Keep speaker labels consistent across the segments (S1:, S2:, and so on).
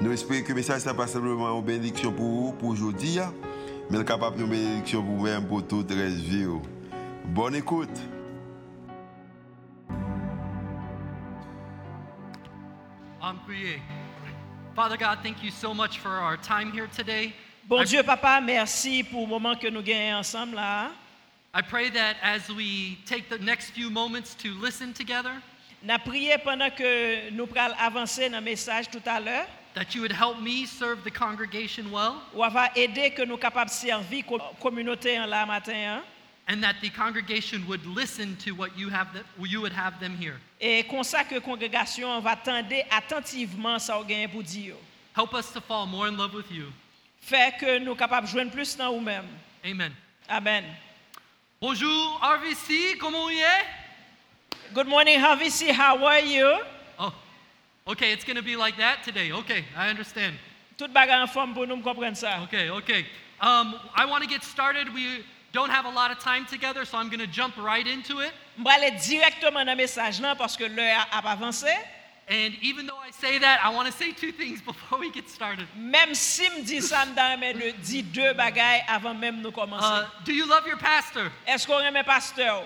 S1: Nous espérons que le message n'est pas simplement une bénédiction pour vous, pour aujourd'hui, mais capable une bénédiction pour vous-même, pour toute la vie. Bonne écoute.
S2: I'm prier. Father God, thank you so much for our time here today.
S3: Bon Dieu, papa, merci pour le moment que nous gagnons ensemble là.
S2: I pray that as we take the next few moments to listen together,
S3: Nous prié pendant que nous pral avancer dans le message tout à l'heure.
S2: that you would help me serve the congregation well,
S3: Ou va aider que nous capables de servir la communauté en là matin. hein.
S2: and that the congregation would listen to what you have that you would have them hear.
S3: Et comme ça que la congrégation va tendre attentivement ça au gain pour dire.
S2: Help us to fall more in love with you.
S3: Fait que nous capables de joindre plus dans nous-mêmes.
S2: Amen.
S3: Amen.
S2: Bonjour RVC, comment y est?
S3: Good morning, RVC. How are you?
S2: Oh, okay, it's gonna be like that today. Okay, I understand.
S3: Tout bagage en forme pour nous comprendre ça.
S2: Okay, okay. Um, I want to get started. We don't have a lot of time together, so I'm going to jump right into it.
S3: Je vais aller directement dans le message là parce que l'heure a a avancé.
S2: And even though I say that, I want to say two things before we get started.
S3: Même si me dit ça, me dan remè de di deux bagailles avant même nous
S2: Uh,
S3: commencer.
S2: do you love your pastor?
S3: Est-ce qu'on remet pasteur?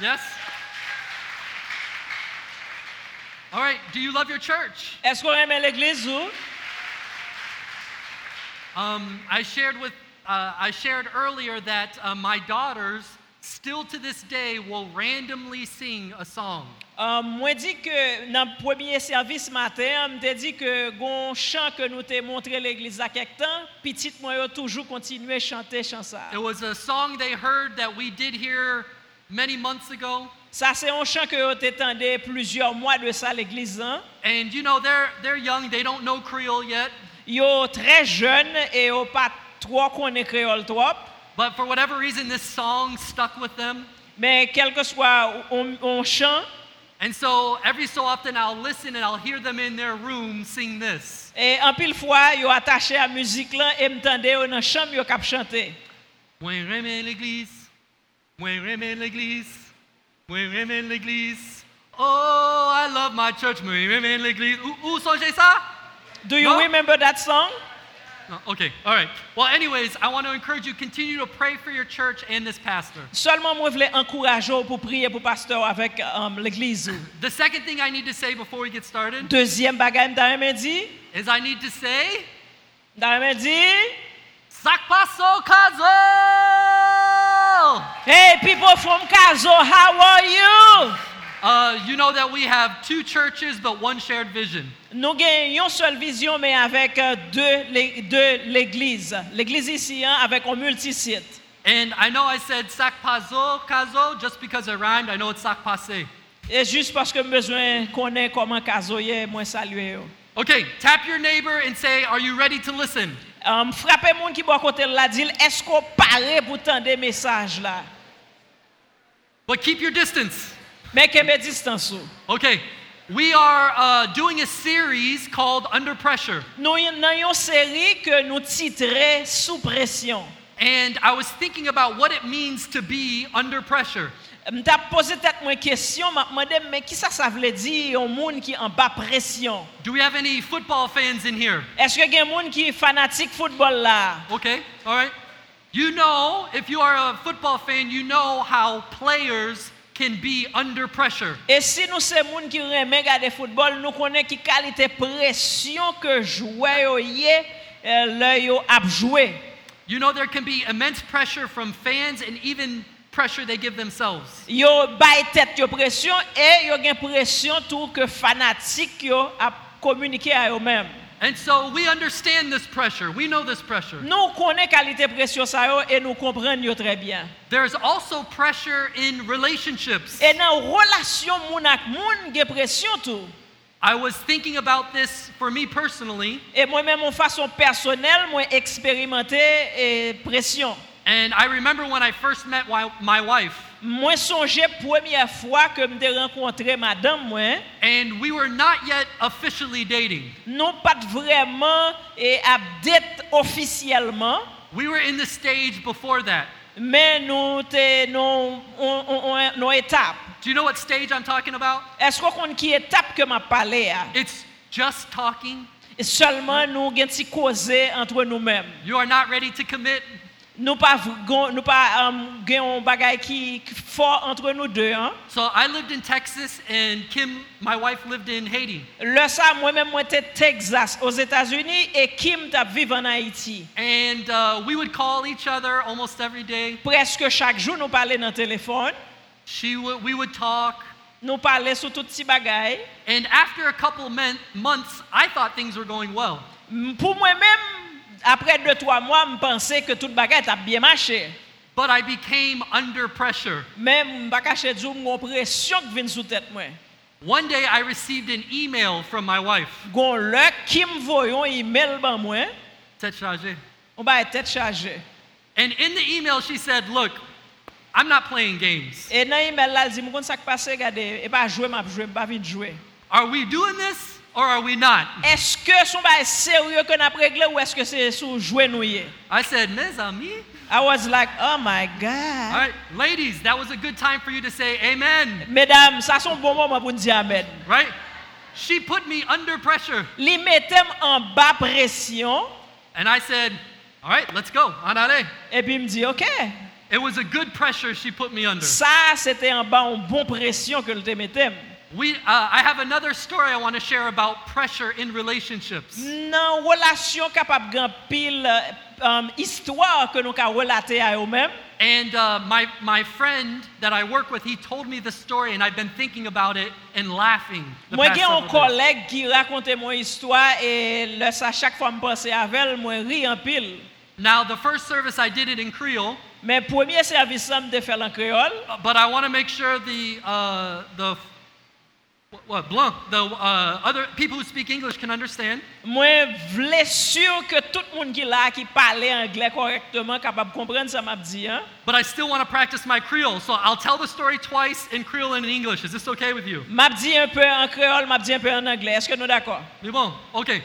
S2: Yes? All right, do you love your church?
S3: Est-ce qu'on remet l'église ou?
S2: Um, I shared with uh, I shared earlier that uh, my daughters still to this day will randomly sing a song.
S3: Euh, moi dit que dans le premier service matin, me te dit que gon chant que nous t'ai montré l'église à quelque temps, petite moi yo toujours continuer chanter chant ça.
S2: It was a song they heard that we did here many months ago.
S3: Ça c'est un chant que yo t'étendait plusieurs mois de ça à l'église hein.
S2: And you know, they're, they're young, they don't know Creole yet,
S3: Yo très jeune et yo pas trop connaît créole trop.
S2: but for whatever reason, this song stuck with them.
S3: Mais quel que soit on, on chant,
S2: And so every so often I'll listen and I'll hear them in their room sing this.
S3: Et en pile fois, yo attaché à musique là et m'tendé e yo dans chambre yo cap chanter.
S2: When remet l'église, when remet l'église, when remet l'église. Oh, I love my church, when remet l'église. Où, où songez ça?
S3: Do you
S2: Non.
S3: remember that song?
S2: No, okay, all right. Well, anyways, I want to encourage you, continue to pray for your church and this pastor.
S3: Seulement moi voulais encourager ou pour prier pour pasteur avec euh, l'église. ou.
S2: The second thing I need to say before we get started
S3: Deuxième bagage m'ta aimé dit,
S2: is I need to say...
S3: m'ta aimé dit,
S2: Sakpaso Kazo!
S3: hey people from Kazo, how are you?
S2: Uh, you know that we have two churches but one shared vision.
S3: Nous gagnons une seule vision mais avec euh, deux l'é- deux l'église. L'église ici hein, avec un multisite.
S2: And I know I said Sakpaso Kazo just because it rhymed. I know it's Sakpase.
S3: Et juste parce que besoin connaît comment Kazo est, moi saluer. yo.
S2: Okay, tap your neighbor and say, Are you ready to listen?
S3: Um, frappe moun ki bo kote la dil, esko pare pou tan de mesaj la?
S2: But keep your distance.
S3: Men kembe distansou.
S2: Okay, we are uh, doing a series called Under Pressure.
S3: Nou yon, nan yon seri ke nou titre sou presyon.
S2: And I was thinking about what it means to be under pressure.
S3: Mta pose tet mwen kesyon, mwen mwende men ki sa sa vle di yon moun ki an ba presyon?
S2: Do we have any football fans in here?
S3: Eske gen moun ki fanatik football la?
S2: Okay, all right. You know, if you are a football fan, you know how players can be under pressure.
S3: E si nou se moun ki reme gade football, nou konen ki kalite presyon ke jwe yo ye, eh, le yo ap jwe.
S2: You know, there can be immense pressure from fans and even pressure they give themselves.
S3: Yo bay tèt yo presyon e yo gen presyon tou ke fanatik yo ap komunike a yo men.
S2: And so we understand this pressure. We know this pressure.
S3: Nou konen kalite presyon sa yo e nou kompren yo tre bien.
S2: There's also pressure in relationships.
S3: E nan relasyon moun ak moun gen presyon tou.
S2: I was thinking about this for me personally,
S3: E mwen men moun fason personel, mwen eksperimente e presyon.
S2: and I remember when I first met wi- my wife,
S3: Mwen sonje premye fwa ke mde renkontre madame mwen,
S2: and we were not yet officially dating.
S3: nou pat vreman e ap det ofisyelman,
S2: We were in the stage before that.
S3: men nou te nou, on, on, on, nou etap.
S2: Do you know what stage I'm talking about?
S3: Esko kon ki etap ke ma pale ya?
S2: It's just talking.
S3: Seleman nou gen ti koze entre nou men.
S2: You are not ready to commit.
S3: Nou pa, v- gon- nou pa um, gen yon bagay ki, ki for entre nou de. Hein?
S2: So I lived in Texas, and Kim, my wife, lived in Haiti.
S3: Le sa mwen men mwen te Texas, os Etats-Unis, e Kim tap vive an Haiti.
S2: And uh, we would call each other almost every day.
S3: Preske chak jou nou pale nan telefon,
S2: She would, we would talk.
S3: nou pale sou tout ti bagay.
S2: And after a couple men- months, I thought things were going well.
S3: M- Pou mwen men, apre 2-3 mwa, m pense ke tout bagay tap bien mache.
S2: But I became under pressure.
S3: Men m bakache djou m gon presyon k vin sou tèt mwen.
S2: One day, I received an email from my wife.
S3: Gon lè, Kim voyon email ban mwen,
S2: Tête chargée.
S3: on ba e tèt chaje.
S2: And in the email, she said, Look, I'm not playing games.
S3: E nan email la, l di m kon sak pase gade, e pa jwe map jwe, m pa vin jwe.
S2: Are we doing this or are we not?
S3: Eske son ba e seryo kon ap regle ou eske se sou jwe nou ye?
S2: I said, Mes amis.
S3: I was like, oh my
S2: All
S3: God.
S2: right, ladies, that was a good time for you to say amen,
S3: Mesdames, sa son bon moment pou n di amen.
S2: right? She put me under pressure.
S3: Li metem an ba presyon,
S2: And I said, All right, let's go. On allez.
S3: epi m di, ok.
S2: It was a good pressure she put me under.
S3: Sa, sete an ba an bon presyon ke l te metem.
S2: We, uh, I have another story I want to share about pressure in relationships.
S3: Nan relasyon kapap gan pil eh, um, istwa ke nou ka relate a yo men,
S2: And uh, my, my friend that I work with, he told me the story, and I've been thinking about it and laughing. the
S3: Mwen
S2: past
S3: gen yon
S2: several days.
S3: koleg ki rakonte mwen histwa e le sa chak fwa mpense avel mwen ri an pil.
S2: Now, the first service I did it in Creole,
S3: Men pwemye servis sa mde fel an kreol,
S2: uh, but I want to make sure the, uh, the what, what, blanc, the uh, other people who speak English can understand.
S3: mwen vle sur ke tout moun ki la ki pale angle korektman kapab kompren sa map di. Hein?
S2: But I still want to practice my Creole, so I'll tell the story twice in Creole and in English. Is this okay with you?
S3: Map di un peu an kreol, map di un peu an angle. Eske nou d'akor?
S2: Mais bon, ok.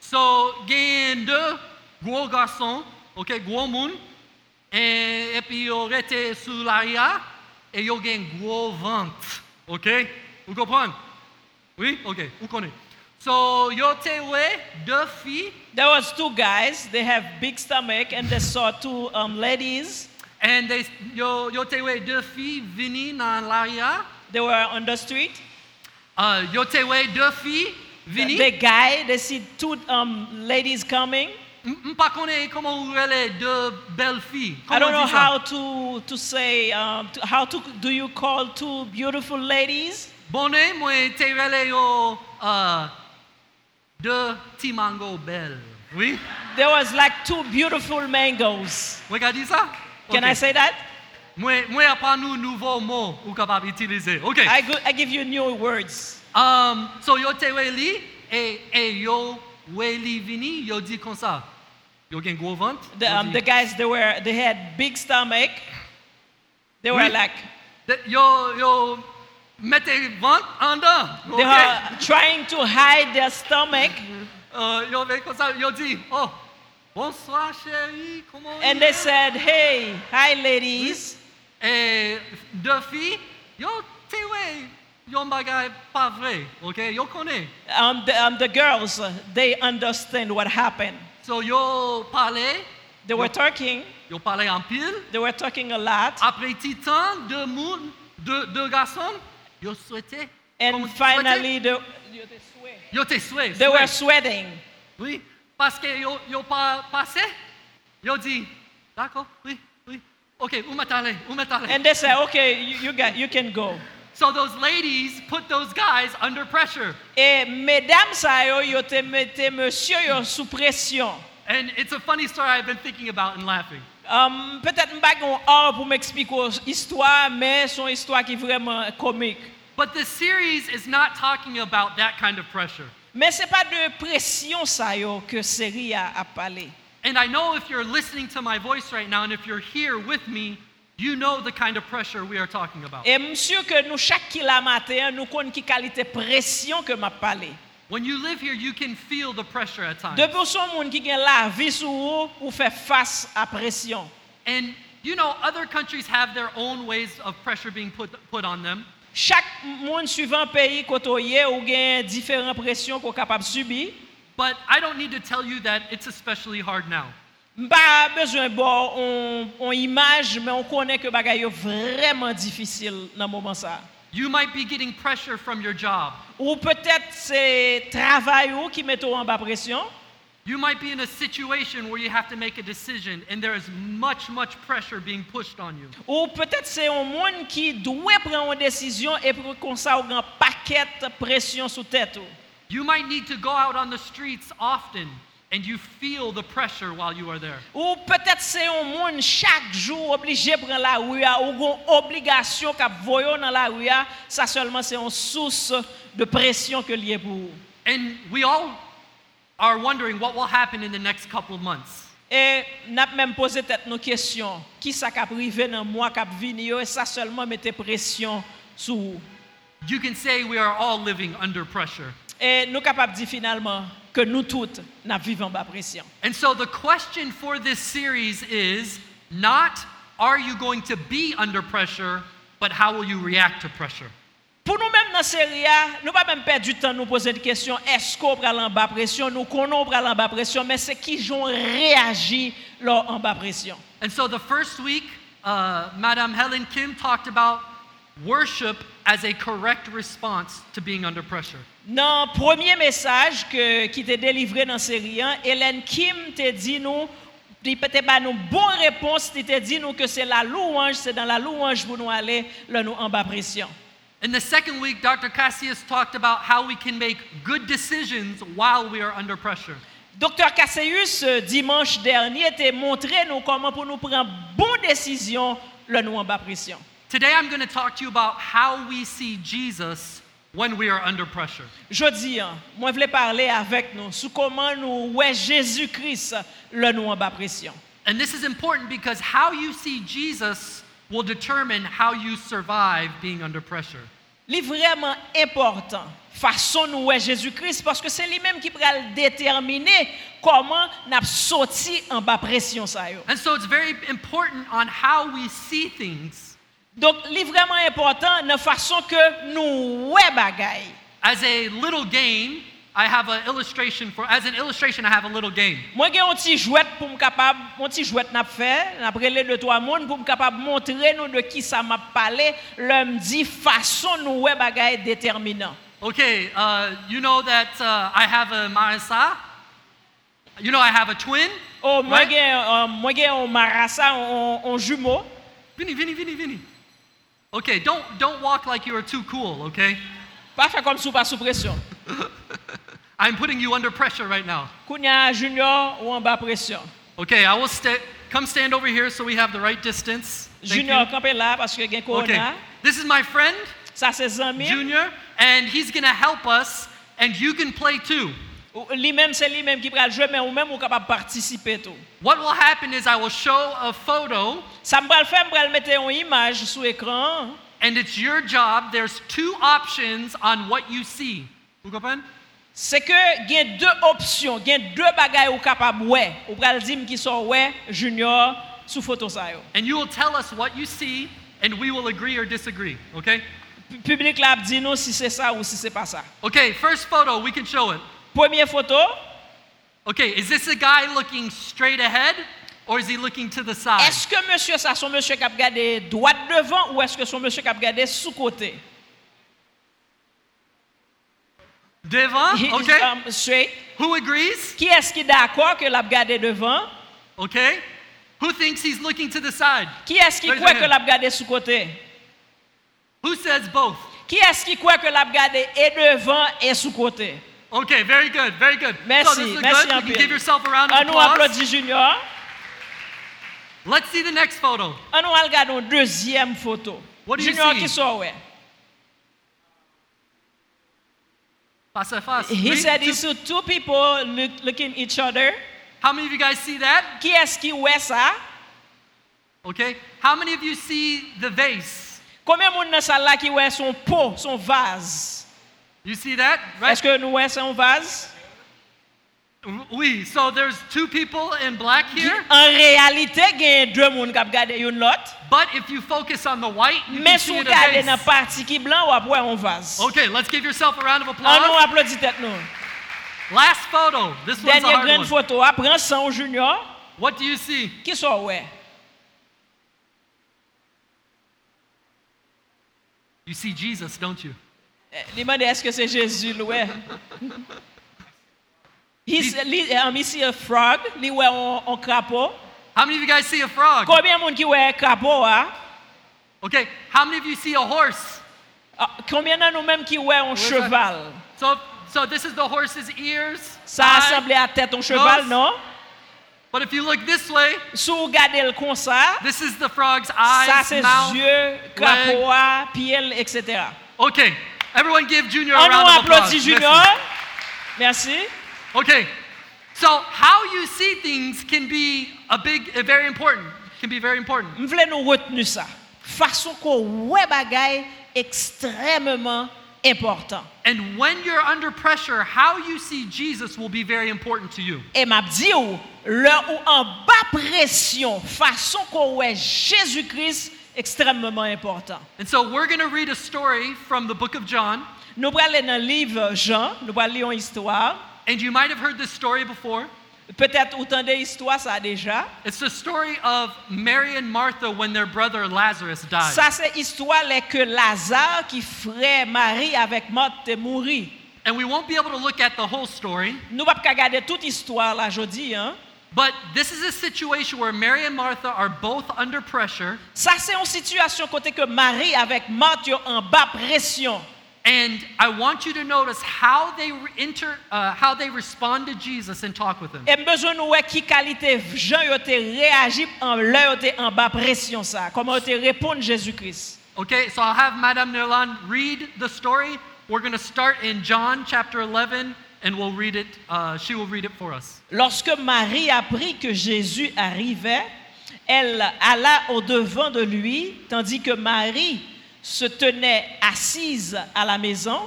S2: So, gain deux gros garçons, ok, gros moun, et, et puis ils rete sous l'arrière, et ils gain gros ventre, ok? Vous comprenez? Oui? Ok, vous connaissez. So, yo te ouais, deux filles,
S3: There was two guys, they have big stomach and they saw two um, ladies.
S2: and they, yo, yo te ouais, deux filles vini dans l'arrière,
S3: They were on the street.
S2: euh, yo te ouais, deux filles vini.
S3: The guy, they see two um, ladies coming.
S2: M pa konen koman ou rele de bel fi.
S3: I don't know how to, to say, um, to, how to, do you call two beautiful ladies?
S2: Bonen mwen eh, te rele yo uh, de ti mango bel. Oui?
S3: There was like two beautiful mangoes.
S2: Mwen ka di sa?
S3: Can I say that?
S2: Mwen, mwen apan nou nouvo mot ou kapab itilize. Ok.
S3: I, go, I give you new words.
S2: Um, so yo te we li, e, e yo we li vini, yo di kon sa. Yo gen gwo vant.
S3: The, um, the guys, they were, they had big stomach. They were
S2: Oui.
S3: like,
S2: de, yo, yo mette vant an dan.
S3: they were trying to hide their stomach.
S2: Euh, yo ve kon sa, yo di, oh, bonsoir chéri, koman
S3: And
S2: ya?"
S3: they said, hey, hi ladies.
S2: E de fi, yo te we, yo bagay pa vre, ok, yo konen.
S3: Um, the, um, the girls, uh, they understand what happened.
S2: So yo pale,
S3: They were talking.
S2: yo pale an pil,
S3: They were talking a lot.
S2: apre ti tan, de moun, de, de gason, yo souwete.
S3: And
S2: Kom-
S3: finally, the,
S2: souwete? Yo te souwe,
S3: they were sweating.
S2: Oui, paske yo, yo pa pase, yo di, dako, oui, oui, ok, ou met ale, ou met ale.
S3: And they said, okay, you, you, got, you can go.
S2: So those ladies put those guys under pressure.
S3: Et mesdames, ça yo, yo te mette monsieur yo sous pression.
S2: And it's a funny story I've been thinking about and laughing.
S3: Um, Peut-être m'pa gon or pour m'expliquer histoire, mais son histoire qui vraiment comique.
S2: But the series is not talking about that kind of pressure.
S3: Men se pa de presyon sa yo ke seri a ap pale.
S2: And I know if you're listening to my voice right now and if you're here with me, you know the kind of pressure we are talking about.
S3: E msye ke nou chak ki la maten, nou kon ki kalite presyon ke map pale.
S2: When you live here, you can feel the pressure at times.
S3: De pou son moun ki gen la vi sou ou, ou fe fas a presyon.
S2: And you know, other countries have their own ways of pressure being put, put on them.
S3: Chak moun suivant peyi koto ye ou gen diferent presyon ko kapab subi,
S2: But I don't need to tell you that it's especially hard now.
S3: mba bezwen bo on, on imaj, men on konen ke bagay yo vreman difisil nan mouman sa.
S2: You might be getting pressure from your job.
S3: Ou petet se travay ou ki meto an ba presyon,
S2: You might be in a situation where you have to make a decision and there is much, much pressure being pushed on you.
S3: Ou peut-être c'est un monde qui doit prendre une décision et pour qu'on ça un paquet de pression sous tête. ou.
S2: You might need to go out on the streets often and you feel the pressure while you are there.
S3: Ou peut-être c'est un monde chaque jour obligé de prendre la rue a, ou une obligation qu'a voyons dans la rue a, ça seulement c'est une source de pression que lié pour. vous.
S2: And we all are wondering what will happen in the next couple months.
S3: Et n'a même posé tête nos questions. Qui ça qu'a privé dans moi qu'a venir et ça seulement mettait pression sous. vous.
S2: You can say we are all living under pressure.
S3: Et nous capables de dire finalement que nous toutes nous vivons bas pression.
S2: And so the question for this series is not are you going to be under pressure, but how will you react to pressure?
S3: Pour nous-mêmes dans la série, A, nous pas même perdre du temps nous poser une question, est-ce qu'on prend en bas pression, nous connaissons qu'on prend en bas pression, mais c'est qui j'ont réagi lors en bas pression.
S2: And so the first week, uh, Madame Helen Kim talked about worship as a correct response to being under pressure.
S3: Dans le premier message que- qui était délivré dans la série, A, Hélène Kim t'a dit nous, il peut pas nous bonne réponse, il t'a dit nous que c'est la louange, c'est dans la louange pour nous aller là nous en bas pression.
S2: In the second week, Dr. Cassius talked about how we can make good decisions while we are under pressure.
S3: Docteur Casseus, euh, dimanche dernier, t'a montré nous comment pour nous prendre bonne décision là nous en bas pression.
S2: Today, I'm going to talk to you about how we see Jesus when we are under pressure.
S3: Jodi, an, mwen vle parle avek nou sou koman nou wè Jésus-Kris lè nou an ba presyon.
S2: And this is important because how you see Jesus will determine how you survive being under pressure.
S3: Li vreman important fason nou wè Jésus-Kris paske se li menm ki pral determine koman nap soti an ba presyon sa yo.
S2: And so it's very important on how we see things.
S3: Donk li vreman important nan fason ke nou wè bagay.
S2: As a little game, I have an illustration for as an illustration I have a little game.
S3: Mwen gen yon ti jwet pou m kapab, yon ti jwet nap fe, nap rele de to a moun pou m kapab montre nou de ki sa map pale, lèm di fason nou wè bagay determinant.
S2: Okay, uh, you know that uh, I have a Marisa. You know I have a twin.
S3: Oh, mwen
S2: right?
S3: gen, euh, mwen gen yon marasa, yon- yon jumeau.
S2: Vinny, Vinny, Vinny, Vinny. Okay, don't don't walk like you are too cool, okay?
S3: Pa fè kom sou pa sou presyon.
S2: I'm putting you under pressure right now.
S3: Kounya junior ou an ba presyon.
S2: Okay, I will sta come stand over here so we have the right distance. Thank
S3: junior
S2: you.
S3: kampe la paske gen korona.
S2: Okay. This is my friend,
S3: Sa se zanmi.
S2: Junior, and he's going to help us and you can play too.
S3: Ou- Li menm se li menm ki pral jwe men ou menm ou kapab partisipe tou.
S2: What will happen is I will show a photo
S3: Sa m pral fè m pral mette yon imaj sou ekran.
S2: and it's your job. There's two options on what you see. Vous comprenez?
S3: Se ke gen de opsyon, gen de bagay ou kapab wè. Ou pral dim ki so wè junior sou foto sa yo.
S2: And you will tell us what you see and we will agree or disagree, okay?
S3: Pu- Publik la ap di nou si se sa ou si se pa sa.
S2: Okay, first photo, we can show it.
S3: Premier foto.
S2: Okay, is this a guy looking straight ahead or is he looking to the side?
S3: Est-ce que monsieur ça, son monsieur qui a regardé droite devant ou est-ce que son monsieur qui a regardé sous côté?
S2: Devant?
S3: He-
S2: Okay.
S3: um, straight.
S2: Who agrees?
S3: Qui est-ce qui est d'accord que l'a regardé devant?
S2: Okay. Who thinks he's looking to the side?
S3: Qui est-ce qui
S2: Raise
S3: croit
S2: your
S3: que
S2: hand.
S3: l'a regardé sous côté?
S2: Who says both?
S3: Qui est-ce qui croit que l'a regardé et devant et sous côté?
S2: Okay, very good, very good. so this
S3: Merci,
S2: is
S3: merci
S2: good.
S3: en
S2: You can give
S3: pile.
S2: yourself a round
S3: On
S2: of
S3: nous
S2: applause.
S3: applaudit Junior.
S2: Let's see the next photo.
S3: On nous regarde une deuxième photo.
S2: What do you
S3: junior
S2: see?
S3: qui sort ouais.
S2: Pastor Fast.
S3: He
S2: read
S3: said
S2: to-
S3: he saw two people look, looking each other.
S2: How many of you guys see that?
S3: Qui est-ce qui ouè ça?
S2: Okay. How many of you see the vase?
S3: Combien moun nan sal la ki ouè son pot, son vase?
S2: You see that, right?
S3: Est-ce que nous ouè son vase?
S2: Oui. So there's two people in black here,
S3: En réalité, gen deux moun kap gade yon lot.
S2: but if you focus on the white, you
S3: Men
S2: can see
S3: sou
S2: the
S3: gade nan
S2: vase.
S3: parti ki blan wap wè on vase.
S2: Okay, let's give yourself a round of
S3: An nou
S2: applause.
S3: aplodi tèt nou.
S2: Last photo. This one's a
S3: Denye
S2: hard
S3: gren
S2: one.
S3: foto apren san junior.
S2: What do you see?
S3: Ki so wè?
S2: You see Jesus, don't you?
S3: Eh, Li mande eske se Jezu l wè? He's, li, um, he see a frog, li wè on, on crapaud.
S2: How many of you guys see a frog?
S3: Combien moun ki wè crapaud hein? a?
S2: Okay. How many of you see a horse?
S3: Ah, Combien nan nou menm ki wè on
S2: that?
S3: cheval?
S2: So, so this is the horse's ears.
S3: Sa
S2: eyes.
S3: asemble a tèt on cheval,
S2: Nose.
S3: Ah. non?
S2: But if you look this way,
S3: Sou gade l kon sa,
S2: this is the frog's
S3: sa
S2: eyes,
S3: se
S2: mouth.
S3: zye, crapaud a, piel, etc.
S2: Okay. Everyone give Junior a
S3: An nou
S2: round of applause.
S3: aplodi
S2: Merci.
S3: junior. Merci.
S2: Okay. So how you see things can be a big, a very important. Can be very important.
S3: M vle nou retenu sa. Fason kon wè bagay ekstremement important.
S2: And when you're under pressure, how you see Jesus will be very important to you.
S3: E map di ou, lè ou an ba presyon, fason kon wè Jésus-Christ ekstremement important.
S2: And so we're going to read a story from the book of John.
S3: Nou pralè nan liv Jean, nou pralè yon histwa.
S2: And you might have heard this story before.
S3: Petèt ou tan de histwa sa deja.
S2: It's the story of Mary and Martha when their brother Lazarus died.
S3: Sa se histwa lè ke Lazare ki frè Marie avèk Mot te mouri.
S2: and we won't be able to look at the whole story,
S3: Nou pap ka gade tout histwa la jodi, an.
S2: but this is a situation where Mary and Martha are both under pressure
S3: Sa se yon situasyon kote ke Marie avèk Mart yo an ba presyon.
S2: And I want you to notice how they re- inter, uh, how they respond to Jesus and talk with him.
S3: E mbezon nou wè ki kalite jan yo te reagib an lè yo te an ba presyon sa. Koman yo te repon Jésus-Christ.
S2: Okay, so I'll have Madame Nerlan read the story. We're going to start in John chapter 11, and we'll read it. Uh, she will read it for us.
S3: Lorsque Marie apprit que Jésus arrivait, elle alla au devant de lui, tandis que Marie se tenait assise à la maison.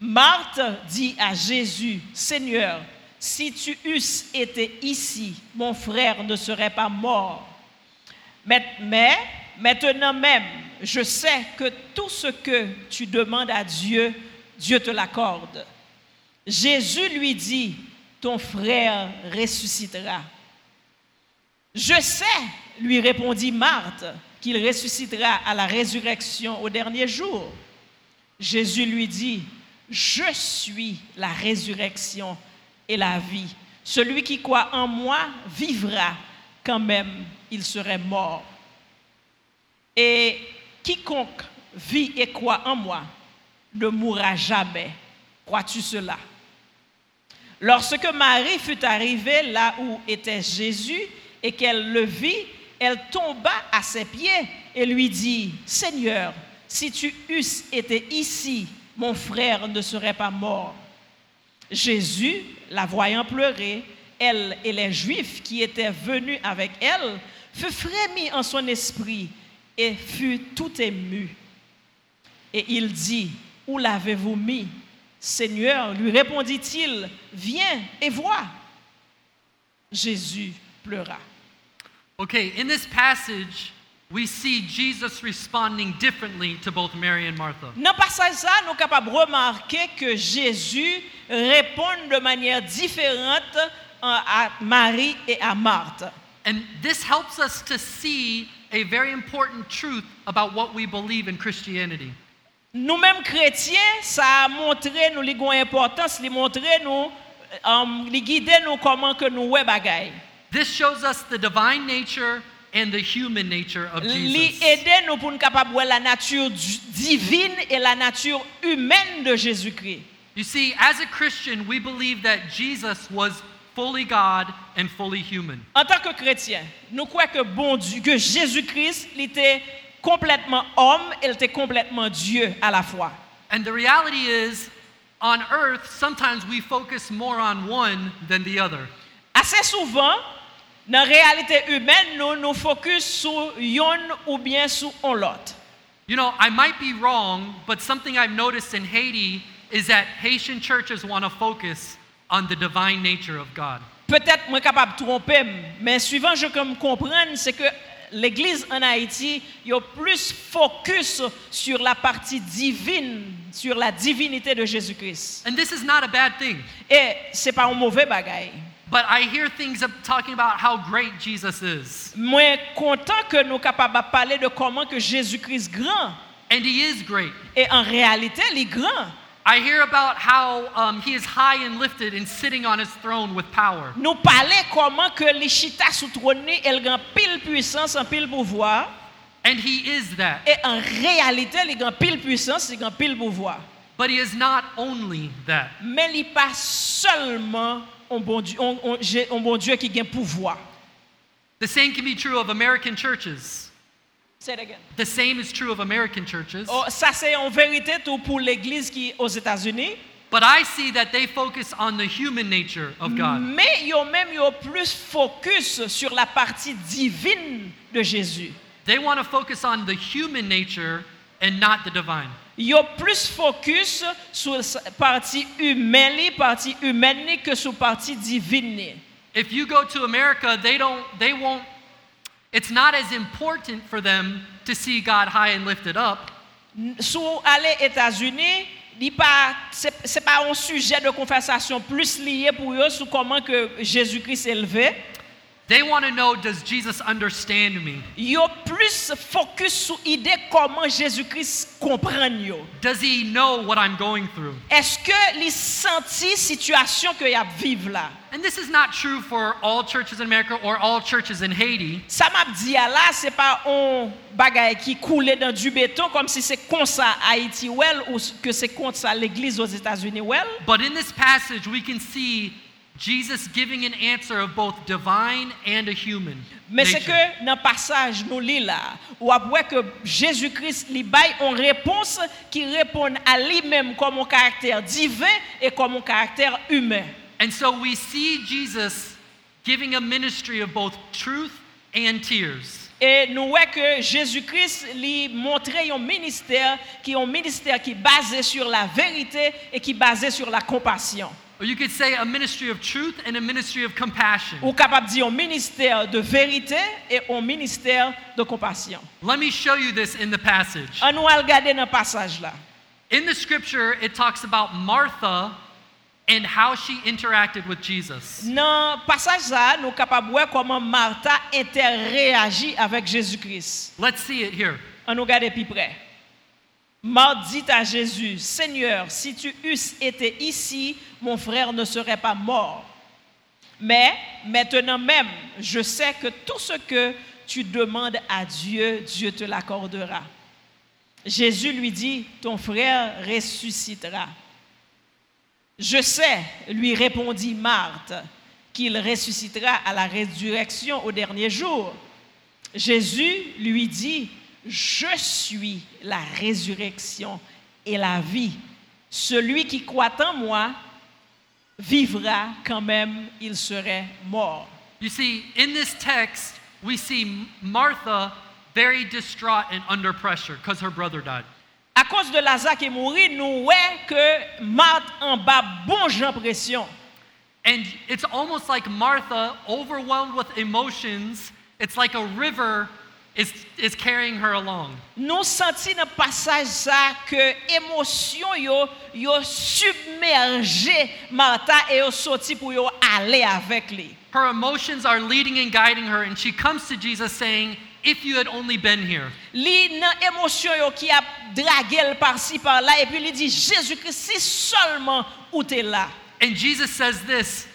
S3: Marthe dit à Jésus, Seigneur, si tu eusses été ici, mon frère ne serait pas mort. Mais, mais, maintenant même, je sais que tout ce que tu demandes à Dieu, Dieu te l'accorde. Jésus lui dit, ton frère ressuscitera. Je sais, lui répondit Marthe, qu'il ressuscitera à la résurrection au dernier jour. Jésus lui dit, je suis la résurrection et la vie. Celui qui croit en moi vivra quand même il serait mort. Et quiconque vit et croit en moi ne mourra jamais. Crois-tu cela? Lorsque Marie fut arrivée là où était Jésus et qu'elle le vit, elle tomba à ses pieds et lui dit, Seigneur, si tu eusses été ici, mon frère ne serait pas mort. Jésus, la voyant pleurer, elle et les Juifs qui étaient venus avec elle, fut frémi en son esprit et fut tout ému. Et il dit, Où l'avez-vous mis Seigneur, lui répondit-il, Viens et vois. Jésus pleura.
S2: Okay, in this passage, we see Jesus responding differently to both Mary and Martha.
S3: Dans le passage, ça, nous sommes capables de remarquer que Jésus répond de manière différente euh, à à Marie et à Marthe.
S2: And this helps us to see a very important truth about what we believe in Christianity.
S3: Nous-mêmes chrétiens, ça a montré nous l'importance, li montré nous, um, li guidé nous comment que nous ouais bagay.
S2: This shows us the divine nature and the human nature of
S3: Li
S2: Jesus.
S3: aider nous pour nous capable ouais la nature du- divine et la nature humaine de Jésus-Christ.
S2: You see, as a Christian, we believe that Jesus was fully God and fully human.
S3: En tant que chrétien, nous croyons que bon Dieu, que Jésus-Christ, il était complètement homme, il était complètement Dieu à la fois.
S2: And the reality is, on earth, sometimes we focus more on one than the other.
S3: Assez souvent, nan realite humen nou nou fokus sou yon ou bien sou on lot.
S2: You know, I might be wrong, but something I've noticed in Haiti is that Haitian churches want to focus on the divine nature of God.
S3: Peut-être mwen kapab trompem, men suivant je kom kompren, se ke l'Eglise en Haïti yo plus fokus sur la partie divine, sur la divinité de Jésus-Christ.
S2: And this is not a bad thing,
S3: Et se pa un mauvais bagay.
S2: but I hear things of talking about how great Jesus is.
S3: Mwen kontan ke nou kapab ap pale de koman ke Jésus-Christ gran.
S2: And he is great.
S3: Et en réalité, li gran.
S2: I hear about how um, he is high and lifted and sitting on his throne with power.
S3: Nou pale koman ke li chita sou troni el gan pil puissance, an pil pouvoir.
S2: And he is that.
S3: E an realite li gan pil puissance, li gan pil pouvoir.
S2: But he is not only that.
S3: Men li pa seulement on bon, Dieu- on- on- Je- on bon Dieu ki gen pouvoir.
S2: The same can be true of American churches.
S3: Say it again.
S2: The same is true of American churches.
S3: Oh, sa se yon verite tou pou l'Eglise ki os Etats-Unis.
S2: But I see that they focus on the human nature of God.
S3: Me yo men yo plus fokus sur la partie divine de Jésus.
S2: They want to focus on the human nature and not the divine.
S3: Yo plus fokus sou s- parti humen li, parti humen ni, ke sou parti divin ni.
S2: If you go to America, they don't they won't it's not as important for them to see God high and lifted up
S3: N- Sou ale Etats-Unis, li pa, se, se pa un sujet de konversasyon plus liye pou yo sou koman ke Jésus-Christ eleve.
S2: They want to know does Jesus understand me?
S3: Yo plus fokus sou ide koman Jésus-Christ kompren yo.
S2: Does he know what I'm going through?
S3: Eske li senti situasyon ke yap vive la?
S2: And this is not true for all churches in America or all churches in Haiti,
S3: Sa map di ya la, se pa on bagay ki koule dan du beton kom si se kon sa Haiti wel ou s- ke se kon sa l'Eglise os Etats-Unis wel.
S2: but in this passage we can see Jesus giving an answer of both divine and a human.
S3: Men se
S2: nature.
S3: ke nan pasaj nou li la, ou ap wè ke Jésus-Christ li bay on repons ki repon a li mem kom on karakter divin e kom on karakter humen.
S2: And so we see Jesus giving a ministry of both truth and tears.
S3: E nou wè ke Jésus-Christ li montre yon minister ki yon minister ki base sur la verite e ki base sur la kompasyon.
S2: Or you could say a ministry of truth and a ministry of compassion.
S3: Ou kapap di yon minister de verite e yon minister de kompasyon.
S2: Let me show you this in the passage.
S3: An nou al gade nan pasaj la.
S2: In the scripture, it talks about Martha and how she interacted with Jesus.
S3: Nan pasaj sa, nou kapap wè koman Martha interreagi avèk Jésus-Christ.
S2: Let's see it here.
S3: An nou gade pi prè. Marthe dit à Jésus, Seigneur, si tu eusses été ici, mon frère ne serait pas mort. Mais maintenant même, je sais que tout ce que tu demandes à Dieu, Dieu te l'accordera. Jésus lui dit, ton frère ressuscitera. Je sais, lui répondit Marthe, qu'il ressuscitera à la résurrection au dernier jour. Jésus lui dit, je suis la résurrection et la vie. Celui qui croit en moi vivra quand même, il serait mort.
S2: You see, in this text, we see Martha very distraught and under pressure because her brother died.
S3: À cause de Lazare qui est mort, nous voyons que Marthe en bas, bon Jean pression.
S2: And it's almost like Martha, overwhelmed with emotions, it's like a river is, is carrying her along.
S3: Nous sentons dans le passage ça que émotion yo yo submergé Martha et yo sorti pour yo aller avec lui.
S2: Her emotions are leading and guiding her, and she comes to Jesus saying, If you had only been here.
S3: Li nan emosyon yo ki ap dragel par si par la epi li di Jésus-Christ si solman ou te la.
S2: And Jesus says this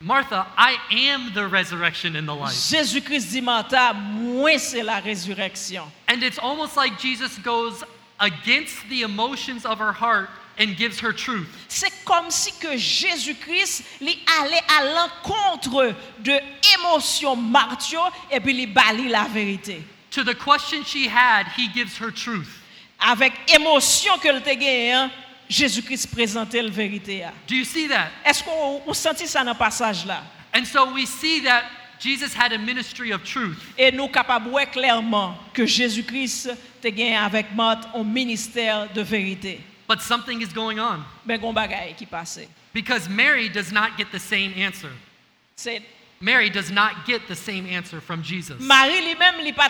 S2: Martha, I am the resurrection and the life.
S3: Jésus-Christ di Martha, mwen se la rezureksyon.
S2: And it's almost like Jesus goes against the emotions of her heart and gives her truth.
S3: Se kom si ke Jésus-Christ li ale al ankontre de emosyon martyo epi li bali la verite.
S2: To the question she had, he gives her truth.
S3: Avek emosyon ke l te genyen, Jésus-Christ présentait la vérité. à.
S2: Do you see that?
S3: Est-ce qu'on on sentit ça dans le passage là?
S2: And so we see that Jesus had a ministry of truth.
S3: Et nous capables de voir clairement que Jésus-Christ te gagné avec Marthe un ministère de vérité.
S2: But something is going on
S3: Mais gon bagaille qui passait.
S2: because Mary does not get the same answer.
S3: C'est
S2: Mary does not get the same answer from Jesus.
S3: Marie lui-même lui pas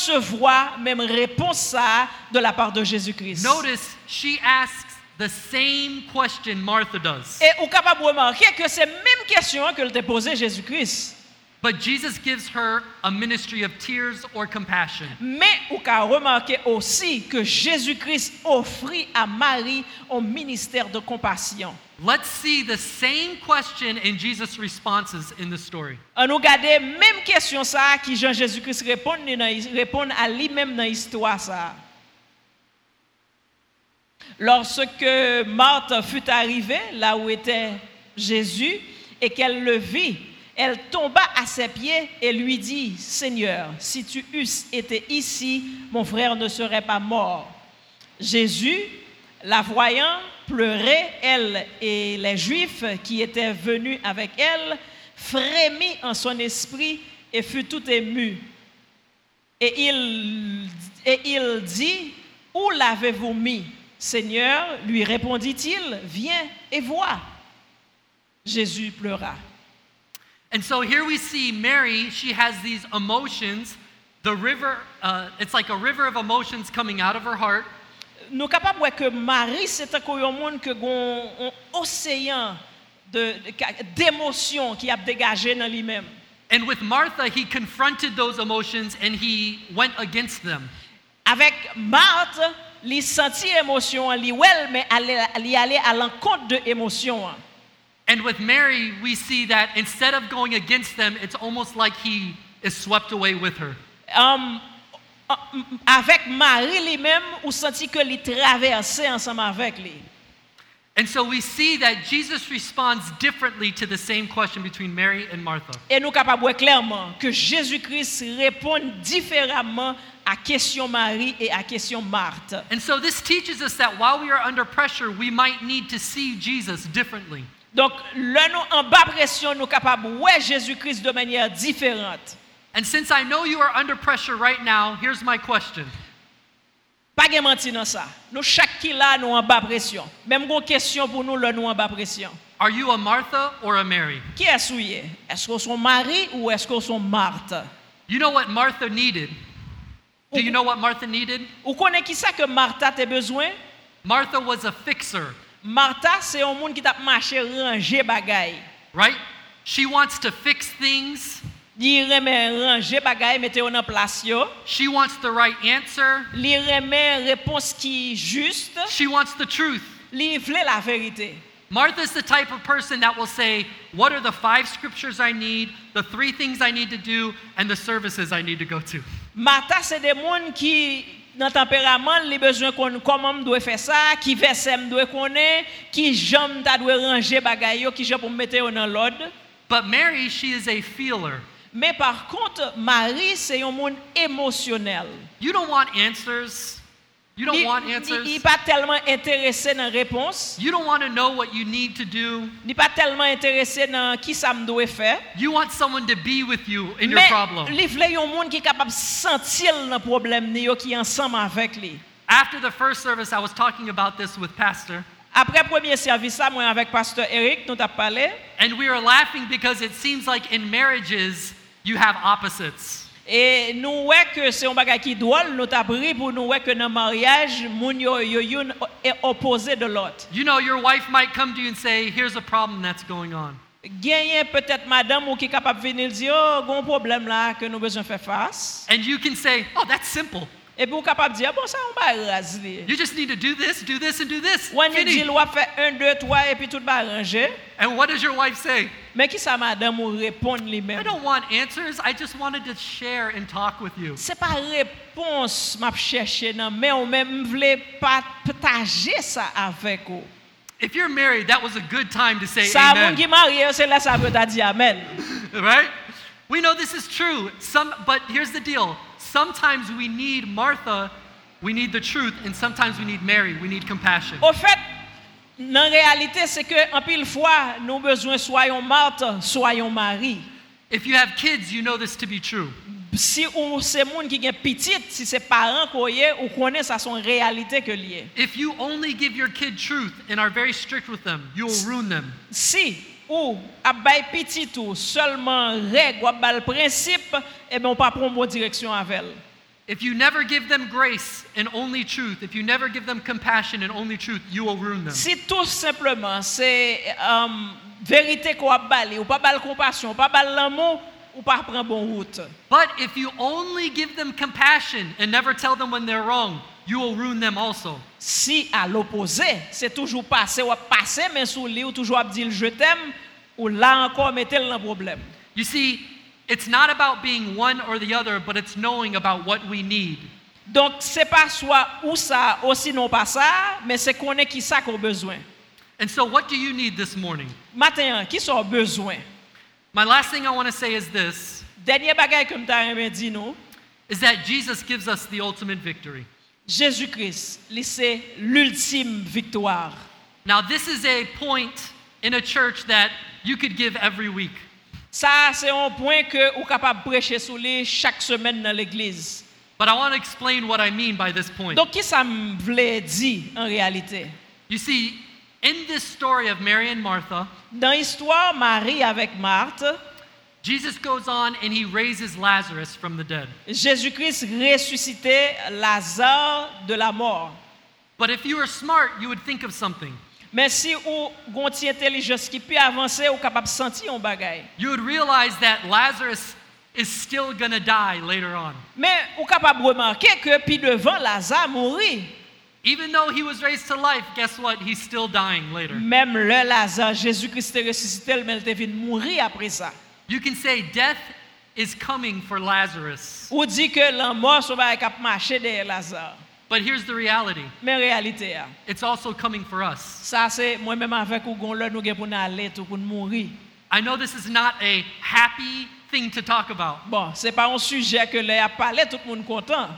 S3: recevoir même réponse ça de la part de Jésus-Christ.
S2: Notice she asks the same question Martha does.
S3: Et on capable de remarquer que c'est même question que t'a posée Jésus-Christ.
S2: But Jesus gives her a ministry of tears or compassion.
S3: Mais on a remarqué aussi que Jésus-Christ offrit à Marie un ministère de compassion.
S2: Let's see the same question and Jesus' responses in the story.
S3: On nous garde même question ça qui Jean Jésus-Christ répond, dans- répond à lui-même dans l'histoire ça. Lorsque Marthe fut arrivée là où était Jésus et qu'elle le vit, elle tomba à ses pieds et lui dit, Seigneur, si tu eusses été ici, mon frère ne serait pas mort. Jésus, la voyant pleurer, elle et les Juifs qui étaient venus avec elle, frémit en son esprit et fut tout ému. Et il, et il dit, Où l'avez-vous mis Seigneur, lui répondit-il, viens et vois. Jésus pleura.
S2: And so here we see Mary, she has these emotions. The river, uh, it's like a river of emotions coming out of her heart.
S3: Nou kapap wè ke Marie, se te kou yon moun ke gon on oseyan de- de- ka- d'emosyon de, ki ap degaje nan li mem.
S2: And with Martha, he confronted those emotions and he went against them.
S3: Avèk Marthe, li senti emosyon an, li wèl, men ale, li ale alan kont de emosyon an.
S2: And with Mary, we see that instead of going against them, it's almost like he is swept away with her.
S3: Um, avèk Marie li mem, ou senti ke li traverse ansam avèk li.
S2: And so we see that Jesus responds differently to the same question between Mary and Martha.
S3: Et nous capables de voir clairement que Jésus-Christ répond différemment à question Marie et à question Marthe.
S2: And so this teaches us that while we are under pressure, we might need to see Jesus differently.
S3: Donc, le nous en bas pression, nous capables de voir Jésus-Christ de manière différente.
S2: And since I know you are under pressure right now, here's my question
S3: Pas de mentir dans ça. Nous, chaque qui là, nous en bas pression. Même une question pour nous, le nous en bas pression.
S2: Are you a Martha or a Mary?
S3: Qui est-ce que est? Est-ce qu'on son mari ou est-ce qu'on son Marthe?
S2: You know what Martha needed? Do you know what Martha needed?
S3: Ou connaît qui ça que Martha a besoin?
S2: Martha was a fixer,
S3: Martha, c'est un monde qui t'a marché ranger bagaille.
S2: right? She wants to fix things.
S3: Il remet ranger bagaille, mettez en place yo.
S2: She wants the right answer.
S3: Li remè réponse qui juste,
S2: She wants the truth.
S3: li vle la vérité.
S2: Martha's the type of person that will say, What are the five scriptures I need, the three things I need to do, and the services I need to go to?
S3: Mata se de moun ki nan tempérament li bezwen kon koman m dwe fè sa, ki verset m dwe konen, ki jam ta dwe ranger bagay yo, ki jam pou m mette yo nan lod.
S2: But Mary, she is a feeler.
S3: Mais par contre, Marie se yon moun émotionnel.
S2: You don't want answers. You don't
S3: Li,
S2: want
S3: li,
S2: answers.
S3: li pa telman interese nan réponse,
S2: You don't want to know what you need to do.
S3: li pa telman interese nan ki sa m dwe fè.
S2: You want someone to be with you in your
S3: Mais
S2: problem.
S3: li vle yon moun ki kapab sentil nan problem ni yo ki ansam avèk li.
S2: After the first service, I was talking about this with Pastor,
S3: Après premier service, ça, moi avec pasteur Eric, nous t'a parlé.
S2: and we were laughing because it seems like in marriages, you have opposites.
S3: Et nous ouais que c'est un bagage qui est drôle, nous t'a pris pour nous ouais que dans le mariage, moun yo yo youn est opposé de l'autre.
S2: You know, your wife might come to you and say, Here's a problem that's going on.
S3: Gagné peut-être madame ou qui est capable de venir dire oh, gon problème là que nous besoin faire face.
S2: And you can say, Oh, that's simple.
S3: Et puis ou capable de dire bon ça on va raser.
S2: You just need to do this, do this, and do this.
S3: Ou on dit
S2: Fini.
S3: loi fait 1 2 3 et puis tout va arranger.
S2: And what does your wife say?
S3: Mais qui ça madame ou répond
S2: I
S3: lui-même.
S2: don't want answers. I just wanted to share and talk with you.
S3: Se pa repons map chèche
S2: non,
S3: nan, men ou men m vle pa ptaje sa avèk ou.
S2: If you're married, that was a good time to say
S3: Sa
S2: amen.
S3: moun ki marye, se la sa vè ta di amen.
S2: right? We know this is true. Some, but here's the deal. Sometimes
S3: Oh.
S2: we need Martha, we need the truth, and sometimes we need Mary, we need compassion.
S3: Au fèt, Nan realite, se ke an pil fwa nou bezwen soyon Marthe, soyon Marie.
S2: If you have kids, you know this to be true.
S3: Si ou se moun ki gen pitit, si se paran koye, ou konen sa son realite ke liye.
S2: If you only give your kid truth and are very strict with them, you'll ruin them.
S3: Si ou ap bay pitit ou seulement reg ou ap bal prinsip, e ben ou pa pron bon direksyon avel.
S2: If you never give them grace and only truth, if you never give them compassion and only truth, you will ruin them.
S3: Si tout simplement se um, verite ko ap bali, ou pa bal kompasyon, ou pa bal l'amou, ou pa pren bon route.
S2: But if you only give them compassion and never tell them when they're wrong, you will ruin them also.
S3: Si à l'opposé, c'est toujours passé ou à passer mais sous lui ou toujours à dire je t'aime ou là encore mettez-le dans le problème.
S2: You see, it's not about being one or the other, but it's knowing about what we need.
S3: Donc c'est pas soit ou ça ou sinon pas ça, mais c'est qu'on est qui ça qu'on besoin.
S2: And so, what do you need this morning?
S3: Matin, qui sont besoin?
S2: My last thing I want to say is this
S3: Dernier bagage comme t'as aimé dit nous,
S2: is that Jesus gives us the ultimate victory.
S3: Jésus-Christ, lui, c'est l'ultime victoire.
S2: Now, this is a point in a church that you could give every week.
S3: Ça c'est un point que ou capable prêcher sur lui chaque semaine dans l'église.
S2: But I want to explain what I mean by this point.
S3: Donc qui ça me voulait dire en réalité?
S2: You see, in this story of Mary and Martha,
S3: Dans l'histoire, Marie avec Marthe,
S2: Jesus goes on and he raises Lazarus from the dead.
S3: Jésus-Christ ressuscitait Lazare de la mort.
S2: But if you were smart, you would think of something.
S3: Mais si ou gonti intelligence qui peut avancer, ou capable sentir un bagay.
S2: You would realize that Lazarus is still going to die later on.
S3: Mais ou capable remarquer que puis devant Lazare mourit.
S2: Even though he was raised to life, guess what? He's still dying later.
S3: Même le Lazare, Jésus-Christ est ressuscité, mais il te venu mourir après ça.
S2: You can say death is coming for Lazarus.
S3: Ou dit que la mort son bagay cap marcher derrière Lazare.
S2: But here's the reality
S3: Mais en réalité, ah,
S2: it's also coming for us.
S3: ça c'est moi-même avec ou gon là nous gen pour nous aller tout pour nous mourir.
S2: I know this is not a happy thing to talk about,
S3: Bon, c'est pas un sujet que les a parlé tout le monde content.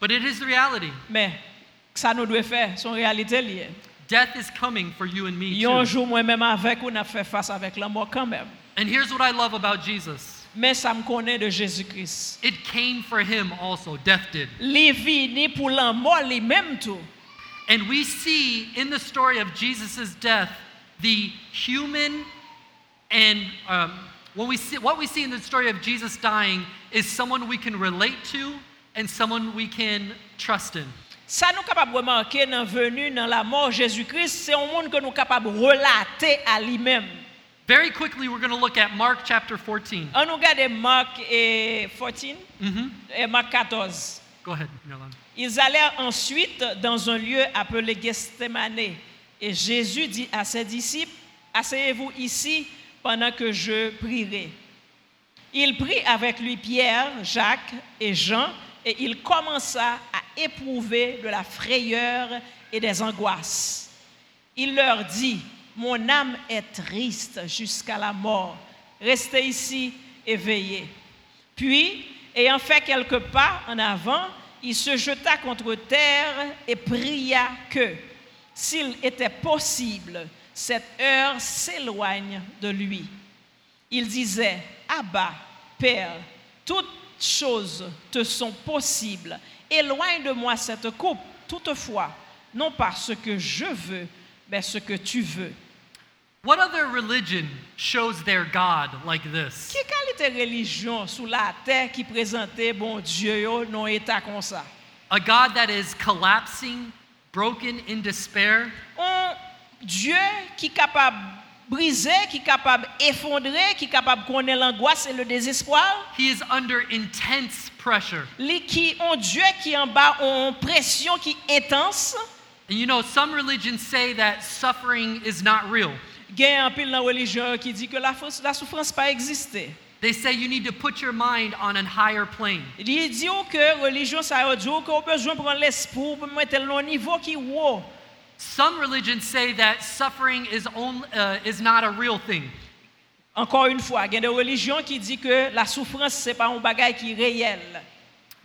S2: but it is the reality.
S3: Mais ça nous doit faire, son réalité liée.
S2: Death is coming for you and me.
S3: Il y a un
S2: Too.
S3: jour moi-même avec on a fait face avec la mort quand même.
S2: And here's what I love about Jesus
S3: Mais ça me connaît de Jésus-Christ.
S2: it came for him also, death did.
S3: Li vini pour la mort lui-même tout.
S2: And we see in the story of Jesus' death the human and um, when we see, what we see in the story of Jesus dying is someone we can relate to and someone we can trust in.
S3: Ça nous capable remarquer dans venu dans la mort Jésus-Christ, c'est un monde que nous capable relater à lui-même.
S2: Very quickly, we're going to look at Mark chapter 14.
S3: On nous regarde Marc eh, 14
S2: hmm
S3: et Marc 14.
S2: Go ahead, Yolanda.
S3: Ils allèrent ensuite dans un lieu appelé Gethsemane. Et Jésus dit à ses disciples, asseyez-vous ici pendant que je prierai. Il prit avec lui Pierre, Jacques et Jean, et il commença à éprouver de la frayeur et des angoisses. Il leur dit, mon âme est triste jusqu'à la mort. Restez ici et veillez. Puis, ayant fait quelques pas en avant, il se jeta contre terre et pria que, s'il était possible, cette heure s'éloigne de lui. Il disait, Abba, Père, toutes choses te sont possibles. Éloigne de moi cette coupe, toutefois, non pas ce que je veux, mais ce que tu veux.
S2: What other religion shows their God like this?
S3: Qui qualité religion sous la terre qui présentait bon Dieu yo, non état comme ça?
S2: A God that is collapsing, broken in despair,
S3: Un Dieu qui est capable de briser, qui est capable d'effondrer, qui est capable de connaître l'angoisse et le désespoir.
S2: he is under intense pressure.
S3: Li qui ont Dieu qui en bas ont une pression qui est intense.
S2: And you know, some religions say that suffering is not real.
S3: Il y a un pile dans la religion qui dit que la, fos- la souffrance pas existé.
S2: They say you need to put your mind on a higher plane.
S3: Il dit ou que la religion ça oh, a dit qu'on besoin de prendre l'espoir pour mettre le niveau qui est haut.
S2: Some religions say that suffering is, only, uh, is not a real thing.
S3: Encore une fois, il y a des religions qui dit que la souffrance c'est pas un bagage qui est réel.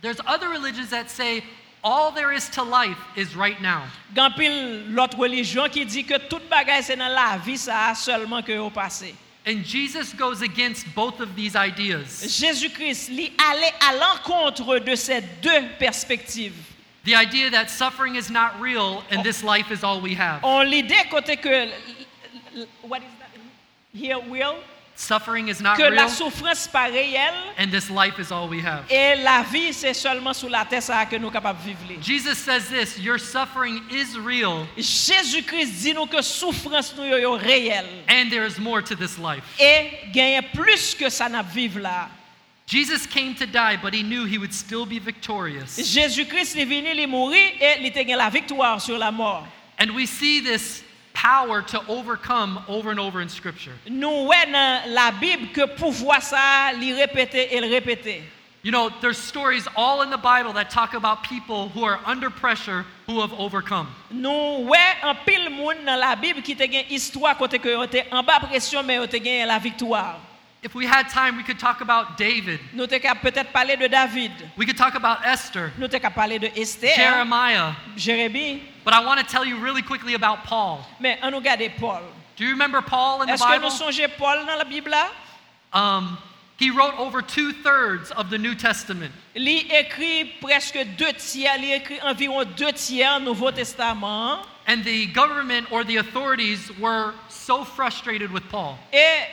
S2: There's other religions that say all there is to life is right now.
S3: Gan pil lot religion ki di ke tout bagay se nan la vi sa seulement ke yo pase.
S2: And Jesus goes against both of these ideas.
S3: Jésus-Christ li ale a l'encontre de ces deux perspectives.
S2: The idea that suffering is not real and this life is all we have.
S3: On l'idée côté que l- l- what is that? Here will
S2: Suffering is not
S3: que la
S2: real
S3: souffrance pas réelle
S2: and this life is all we have.
S3: et la vie c'est seulement sous la terre ça que nous capables de vivre. li.
S2: Jesus says this your suffering is real
S3: Jésus-Christ dit nous que souffrance nous est réelle
S2: and there is more to this life.
S3: et gagne plus que ça n'a vivre là.
S2: Jesus came to die, but he knew he would still be victorious.
S3: Jésus-Christ est venu, il est mourir et il a gagné la victoire sur la mort.
S2: And we see this power to overcome over and over in Scripture.
S3: Nous voyons dans la Bible que pouvoir ça, il répéter et le répéter.
S2: You know, there's stories all in the Bible that talk about people who are under pressure who have overcome.
S3: Nou wè an pil moun nan la Bib ki te gen histwa kote ke yo te an ba presyon men yo te gen la viktoar.
S2: If we had time, we could talk about David.
S3: Nou te ka peut-être pale de David,
S2: We could talk about Esther,
S3: nou te ka pale de Esther, hein?
S2: Jeremiah.
S3: Jérémie,
S2: But I want to tell you really quickly about Paul.
S3: men an nou gade Paul.
S2: Do you remember Paul in the
S3: Eske
S2: Bible?
S3: nou sonje Paul nan la Bib la?
S2: Um, he wrote over two thirds of the New Testament.
S3: Li ekri preske 2 tiyer, li ekri environ 2 tiyer Nouveau Testament.
S2: And the government or the authorities were so frustrated with Paul.
S3: E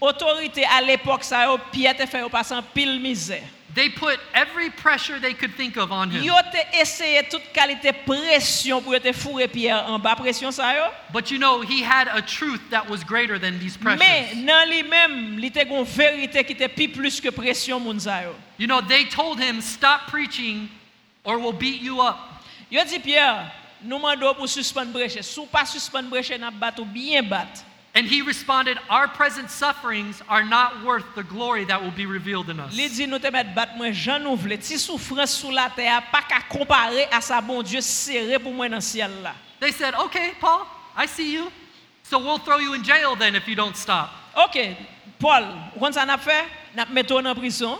S3: otorite a l'epok sa yo piye te fe yo pasan pil mize.
S2: They put every pressure they could think of on him.
S3: Yo te eseye tout kalite presyon pou yo te fure piye an ba presyon sa yo.
S2: But you know, he had a truth that was greater than these
S3: Mais
S2: pressures.
S3: dans lui-même, il était une vérité qui était plus plus que pression moun sa yo.
S2: You know, they told him, stop preaching or we'll beat you up.
S3: Yo dit Pierre, nous mandons pour suspendre brèche. Sou pas suspendre brèche, n'a bat ou bien bat.
S2: And he responded, Our present sufferings are not worth the glory that will be revealed in us.
S3: Li dit nous te mettre bat moi j'en nou vle. Ti souffrance sous la terre pas qu'à comparer à sa bon Dieu serré pour moi dans ciel là.
S2: They said, Okay, Paul, I see you. So we'll throw you in jail then if you don't stop.
S3: OK, Paul, on ça n'a fait? N'a mettre en prison.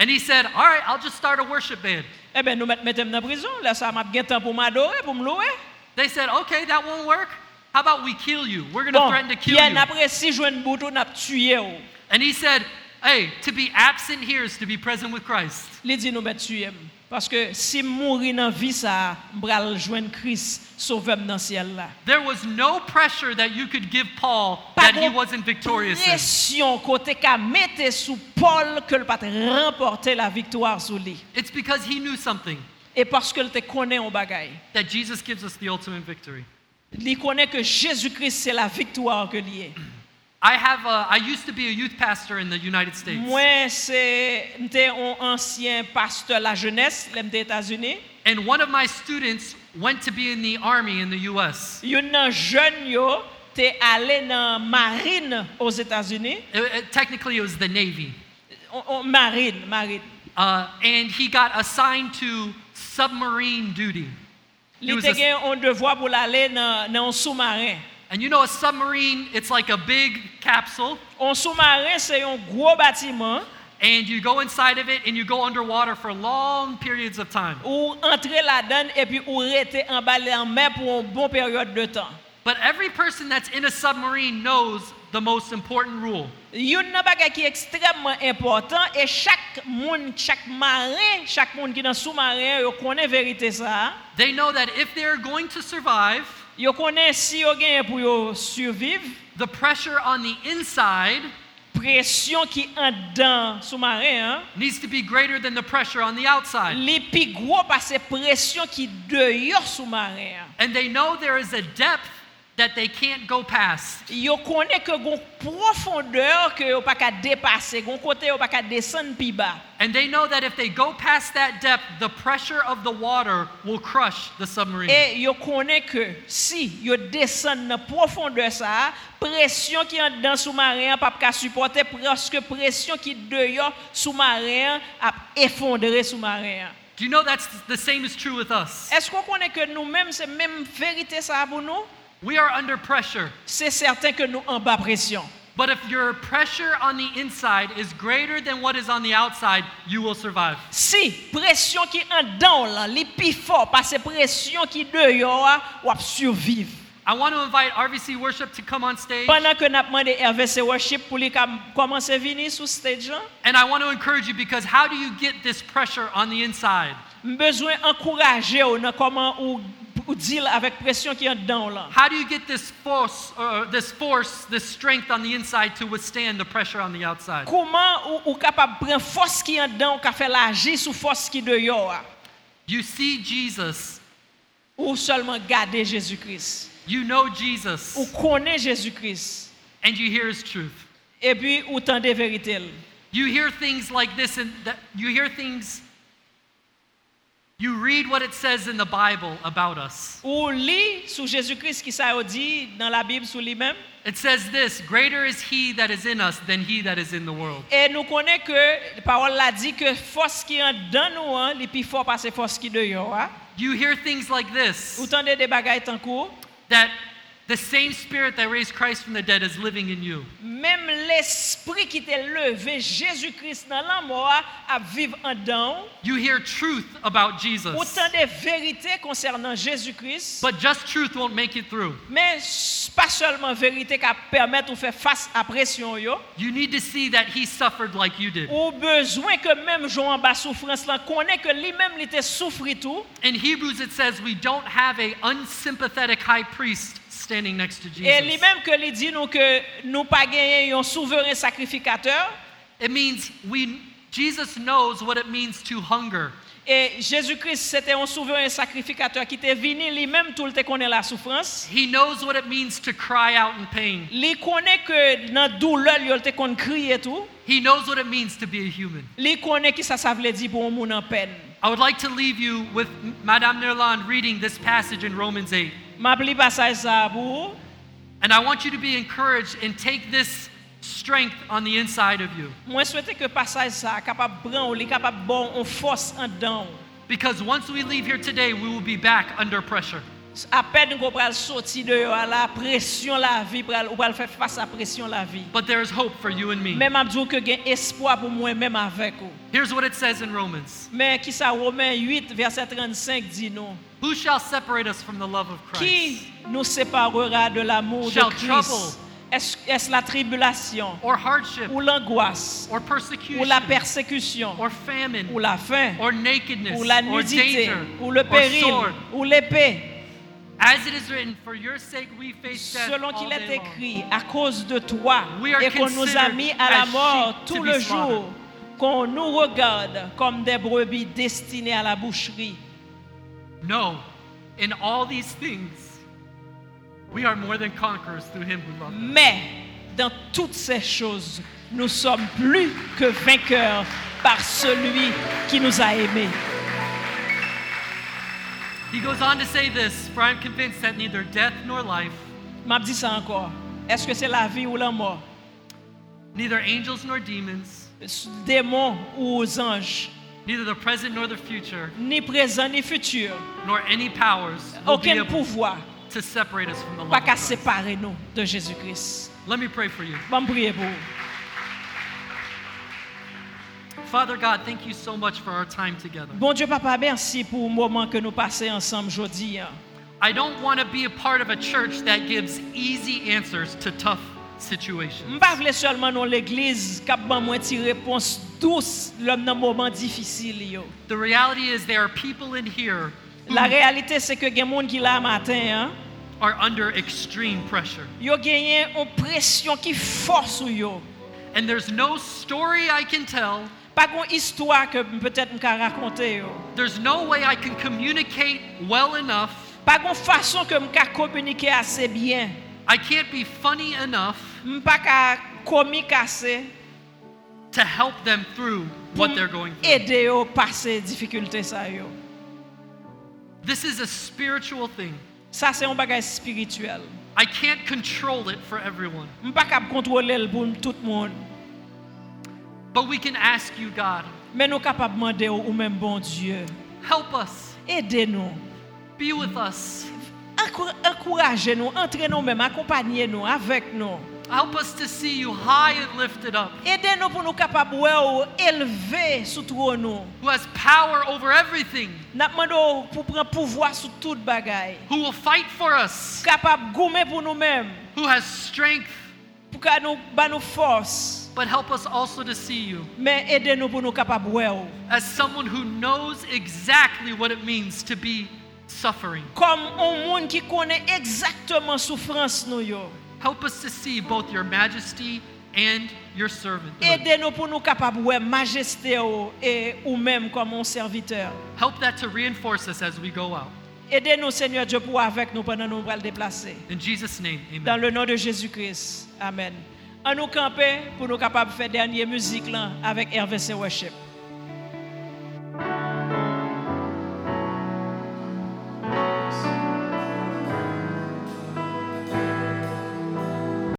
S2: And he said, All right, I'll just start a worship band.
S3: Eh ben nous mettre en prison, là ça m'a gen temps pour m'adorer, pour me louer.
S2: They said, Okay, that won't work. How about we kill you? We're going to
S3: Bon,
S2: threaten to kill
S3: Pierre
S2: you.
S3: n'a précis joindre bouton n'a tué ou.
S2: And he said, Hey, to be absent here is to be present with Christ.
S3: Li di nou bet tuyem. Paske si m mouri nan vi sa, m bral jwen Kris sovem nan siel la.
S2: There was no pressure that you could give Paul
S3: Pa
S2: that he wasn't victorious in.
S3: presyon kote ka mette sou Paul ke l pat remporte la victoire sou li.
S2: It's because he knew something
S3: E paske l te konen ou bagay.
S2: that Jesus gives us the ultimate victory.
S3: Li konen ke Jésus-Christ se la victoire ke li e.
S2: I have a, I used to be a youth pastor in the United States.
S3: Mwen se mte an ansyen pasteur la jeunesse, lem de Etats-Unis.
S2: And one of my students went to be in the army in the US.
S3: Yon nan jen yo te ale nan marine os Etats-Unis.
S2: It- it- Uh, technically, it was the Navy.
S3: On- on- Marine, marine.
S2: Uh, and he got assigned to submarine duty. He
S3: Li
S2: was
S3: te
S2: a-
S3: gen on devwa pou l'ale nan, nan on sous-marin.
S2: and you know, a submarine, it's like a big capsule,
S3: On sous-marin, se yon gwo batiman
S2: and you go inside of it and you go underwater for long periods of time.
S3: ou entre la den epi ou rete an bale an mer pou an bon peryode de tan.
S2: But every person that's in a submarine knows the most important rule.
S3: Yon nan bagay ki ekstremman important e chak moun, chak marin, chak moun ki nan sous-marin, yo konen verite sa.
S2: They know that if they're going to survive,
S3: Yo konen si yo gen pou yo surviv,
S2: the pressure on the inside
S3: presyon ki an dan sous-marin, hein. an,
S2: needs to be greater than the pressure on the outside.
S3: li pi gwo pa se presyon ki deyo sous-marin. hein. an.
S2: And they know there is a depth that they can't go past.
S3: Yo konen ke gon profondeur ke yo pa ka depase, gon kote yo pa ka desen pi ba.
S2: And they know that if they go past that depth, the pressure of the water will crush the submarine.
S3: E yo konen ke si yo desen nan profondeur sa, presyon ki an dan sous-marin pa ka supporte preske presyon ki deyo sous-marin ap effondre sous-marin.
S2: Do you know that's the same is true with us?
S3: Esko konen ke nou menm se menm verite sa pou nou?
S2: We are under pressure.
S3: Se certain ke nou an ba presyon.
S2: But if your pressure on the inside is greater than what is on the outside, you will survive.
S3: Si presyon ki an dan lan li pi fò, pase presyon ki deyo a, wap surviv.
S2: I want to invite RVC Worship to come on stage,
S3: Panan ke nap mande RVC Worship pou li kam komanse vini sou stage lan,
S2: and I want to encourage you because how do you get this pressure on the inside?
S3: mbezwen ankouraje ou nan koman ou, ou dil avèk presyon ki an dan lan.
S2: How do you get this force, uh, this force, this strength on the inside to withstand the pressure on the outside?
S3: Koman ou, ou kapab pren fos ki an dan ou ka fè la agi sou fos ki deyo a,
S2: You see Jesus,
S3: ah. ou solman gade Jésus-Christ.
S2: you know Jesus,
S3: Ou konen Jésus-Christ,
S2: and you hear His truth.
S3: e pi ou tan de veritel.
S2: You hear things like this, and that, you hear things. You read what it says in the Bible about us.
S3: Ou li sou Jésus-Christ ki sa yo di nan la Bib sou li mem,
S2: It says this Greater is he that is in us than he that is in the world.
S3: E nou konen ke, parol la di ke fos ki an dan nou an, li pi fo pase fos ki deyo an.
S2: You hear things like
S3: ah. Ou
S2: this
S3: tan de de bagay tankou,
S2: that the same spirit that raised Christ from the dead is living in you.
S3: mem l'esprit ki te leve Jésus-Christ nan lan moa ap viv an dan ou,
S2: You hear truth about
S3: ou
S2: Jesus.
S3: tan de verite konsernan Jésus-Christ,
S2: But just truth won't make it through.
S3: men s- pa solman verite ka permette ou fe fas a presyon yo,
S2: You need to see that he suffered like you did.
S3: ou bezwen ke mem jou an ba soufrans lan, konen ke li mem li te soufri tou,
S2: In Hebrews it says we don't have a unsympathetic high priest standing next to
S3: e li
S2: Jesus.
S3: mem ke li di nou ke nou pa genyen yon souveren sakrifikateur,
S2: It means we Jesus knows what it means to hunger.
S3: Et Jésus-Christ, c'était un sauveur et un sacrificateur qui était venu lui-même tout le temps connaît la souffrance.
S2: He knows what it means to cry out in pain.
S3: Il connaît que dans douleur, il te qu'on crie et tout.
S2: He knows what it means to be a human.
S3: Il connaît qui ça ça veut dire pour un monde en peine.
S2: I would like to leave you with M- Madame Nerland reading this passage in Romans 8.
S3: M'a pli passage ça pour vous.
S2: And I want you to be encouraged and take this strength on the inside of you.
S3: Moi souhaitais que passage ça capable prendre, ou li capable bon en force en dedans.
S2: Because once we leave here today, we will be back under pressure.
S3: À peine qu'on pral sortir de à la pression la vie pral ou pral faire face à pression la vie.
S2: But there is hope for you and me.
S3: Mais m'a dit que gain espoir pour moi même avec vous.
S2: Here's what it says in Romans
S3: Mais qui ça Romains 8 verset 35 dit nous.
S2: Who shall separate us from the love of Christ?
S3: Qui nous séparera de l'amour de
S2: Shall
S3: Christ
S2: trouble.
S3: Est-ce est-ce la tribulation
S2: Or hardship,
S3: ou l'angoisse
S2: or
S3: ou
S2: persecution,
S3: la persécution
S2: or famine,
S3: ou la faim
S2: or nakedness,
S3: ou la
S2: or
S3: nudité
S2: danger,
S3: ou le
S2: or
S3: péril
S2: sword.
S3: ou l'épée
S2: As it is written, for your sake we face death
S3: selon
S2: all
S3: qu'il est
S2: day long."
S3: écrit à cause de toi
S2: We are
S3: et qu'on nous a
S2: considered
S3: mis
S2: as
S3: à la
S2: sheep
S3: mort
S2: to
S3: tout
S2: be
S3: le
S2: slaughtered.
S3: jour qu'on nous regarde comme des brebis destinées à la boucherie
S2: No, in all these things, we are more than conquerors through him who loved us.
S3: mais dans toutes ces choses nous sommes plus que vainqueurs par celui qui nous a aimés
S2: He goes on to say this, for I am convinced that neither death nor life,
S3: M'a dit ça encore. Est-ce que c'est la vie ou la mort?
S2: neither angels nor demons,
S3: Démons ou aux anges?
S2: neither the present nor the future,
S3: Ni présent ni futur.
S2: nor any powers will be
S3: Aucun
S2: able
S3: pouvoir.
S2: to separate us from the love
S3: Pas
S2: of
S3: qu'à
S2: Christ.
S3: séparer nous de Jésus-Christ.
S2: Let me pray for you.
S3: Je vais prier pour vous.
S2: Father God, thank you so much for our time together.
S3: Bon Dieu, Papa, merci pour le moment que nous passons ensemble aujourd'hui. hein.
S2: I don't want to be a part of a church that gives easy answers to tough situations.
S3: Je ne voulais seulement dans l'église qui ban moi une réponse douce l'homme dans moment difficile. yo.
S2: The reality is there are people in here who
S3: La réalité, c'est que les gens qui là matin, hein,
S2: are under extreme pressure.
S3: ils ont gagné une pression qui force sur eux.
S2: And there's no story I can tell.
S3: Pas une histoire que peut-être je peux raconter. yo.
S2: There's no way I can communicate well enough.
S3: Pa gon fason ke m ka komunike ase byen.
S2: I can't be funny enough
S3: M pa ka komik ase
S2: to help them through
S3: pou
S2: what they're going through.
S3: ede yo pase difikulte sa yo.
S2: This is a spiritual thing.
S3: Sa se yon bagay spirituel.
S2: I can't control it for everyone.
S3: M pa ka kontrole l pou m tout moun.
S2: But we can ask you, God,
S3: Men nou kapab mande yo ou men bon Diyo.
S2: help us,
S3: Ede nou.
S2: be with us.
S3: Ankou- Ankouraje nou, entre nou men, akompanyen nou, avek nou.
S2: Help us to see you high and lifted up,
S3: Aidez-nous pour nous capables ou élever sous trône nous.
S2: who has power over everything,
S3: N'a demandé pour prendre pouvoir sur toute bagaille.
S2: who will fight for us,
S3: Capable goumer pour nous-mêmes,
S2: who has strength,
S3: pour que nous ba nous force.
S2: but help us also to see you
S3: Mais aidez-nous pour nous capables ou
S2: as someone who knows exactly what it means to be suffering.
S3: comme un monde qui connaît exactement souffrance nous yo.
S2: Help us to see both your majesty and your servant.
S3: Aidez-nous pour nous capables ouais majesté ou et ou même comme un serviteur.
S2: Help that to reinforce us as we go out.
S3: Aidez-nous Seigneur Dieu pour avec nous pendant nous va le déplacer.
S2: In Jesus' name,
S3: Dans
S2: amen.
S3: le nom de Jésus-Christ. Amen. En nous camper pour nous capables de faire dernière musique là avec RVC Worship.